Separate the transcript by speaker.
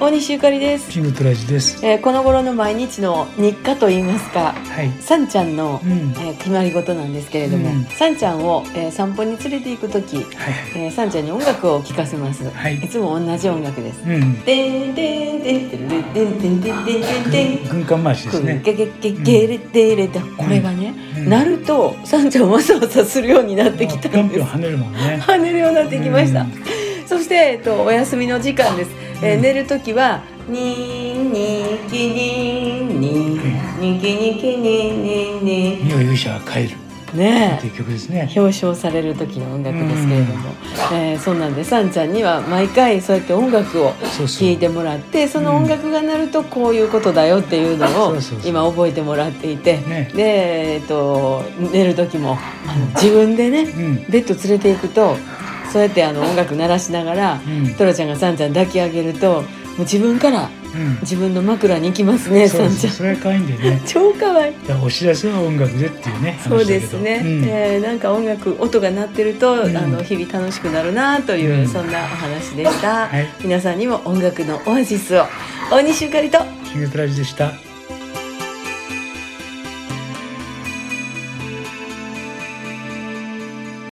Speaker 1: 大西ゆかりです、
Speaker 2: キングトラジです。
Speaker 1: えーこの頃の毎日の日課といいますか
Speaker 2: はい。
Speaker 1: さんちゃんの、
Speaker 2: うん。
Speaker 1: え
Speaker 2: はい
Speaker 1: ー決まり事なんですけれども、
Speaker 2: うん
Speaker 1: さんちゃんを、えー散歩に連れて行く時、えー、さんちゃんに音楽を聴かせます、、
Speaker 2: はいい
Speaker 1: つも同じ音楽です
Speaker 2: はい。うん。
Speaker 1: でんでんでんでんでんでんでんでんでんでんでん
Speaker 2: 軍艦回しですね。
Speaker 1: ゲゲゲゲレデレだこれがね、
Speaker 2: うん
Speaker 1: なるとさんちゃんわさわさするようになってきた
Speaker 2: ぴょ
Speaker 1: ん
Speaker 2: んぴ
Speaker 1: で
Speaker 2: ょ
Speaker 1: す
Speaker 2: ん跳ねるもんね。
Speaker 1: 跳ねるようになってきました、
Speaker 2: うん
Speaker 1: そして、えっと、お休みの時間です、えー
Speaker 2: うん
Speaker 1: 寝る時は「にーにーきにーにーにきにきにーにーに
Speaker 2: 二を勇者は帰る
Speaker 1: ー」ね
Speaker 2: ってい
Speaker 1: え
Speaker 2: う曲ですね。
Speaker 1: 表彰される時の音楽ですけれども、えー、そんなんでさんちゃんには毎回そうやって音楽を
Speaker 2: そうそう。
Speaker 1: 聴いてもらってその音楽が鳴るとこういうことだよっていうの
Speaker 2: そ
Speaker 1: を
Speaker 2: うそうそう
Speaker 1: 今覚えてもらっていて、
Speaker 2: ね
Speaker 1: で、えっと、寝る時もあの自分でね
Speaker 2: うん。
Speaker 1: ベッド連れて行くとそうやってあの音楽鳴らしながら
Speaker 2: うん。
Speaker 1: トラちゃんがサンちゃん抱き上げるともう自分から
Speaker 2: うん。
Speaker 1: 自分の枕に行きますね
Speaker 2: そ
Speaker 1: サ
Speaker 2: う
Speaker 1: ンち
Speaker 2: そう
Speaker 1: ゃん
Speaker 2: それが可愛いんだよ ね。
Speaker 1: 超可愛い
Speaker 2: だからお知らせは音楽でっていうね。話だけど
Speaker 1: そうですね、
Speaker 2: うん
Speaker 1: えーなんか音楽音が鳴ってると、
Speaker 2: うん
Speaker 1: あの日々楽しくなるなという、
Speaker 2: うん
Speaker 1: そんなお話でした、
Speaker 2: はい
Speaker 1: 皆さんにも音楽のオアシスを大西ゆかりと
Speaker 2: キングトラジでした。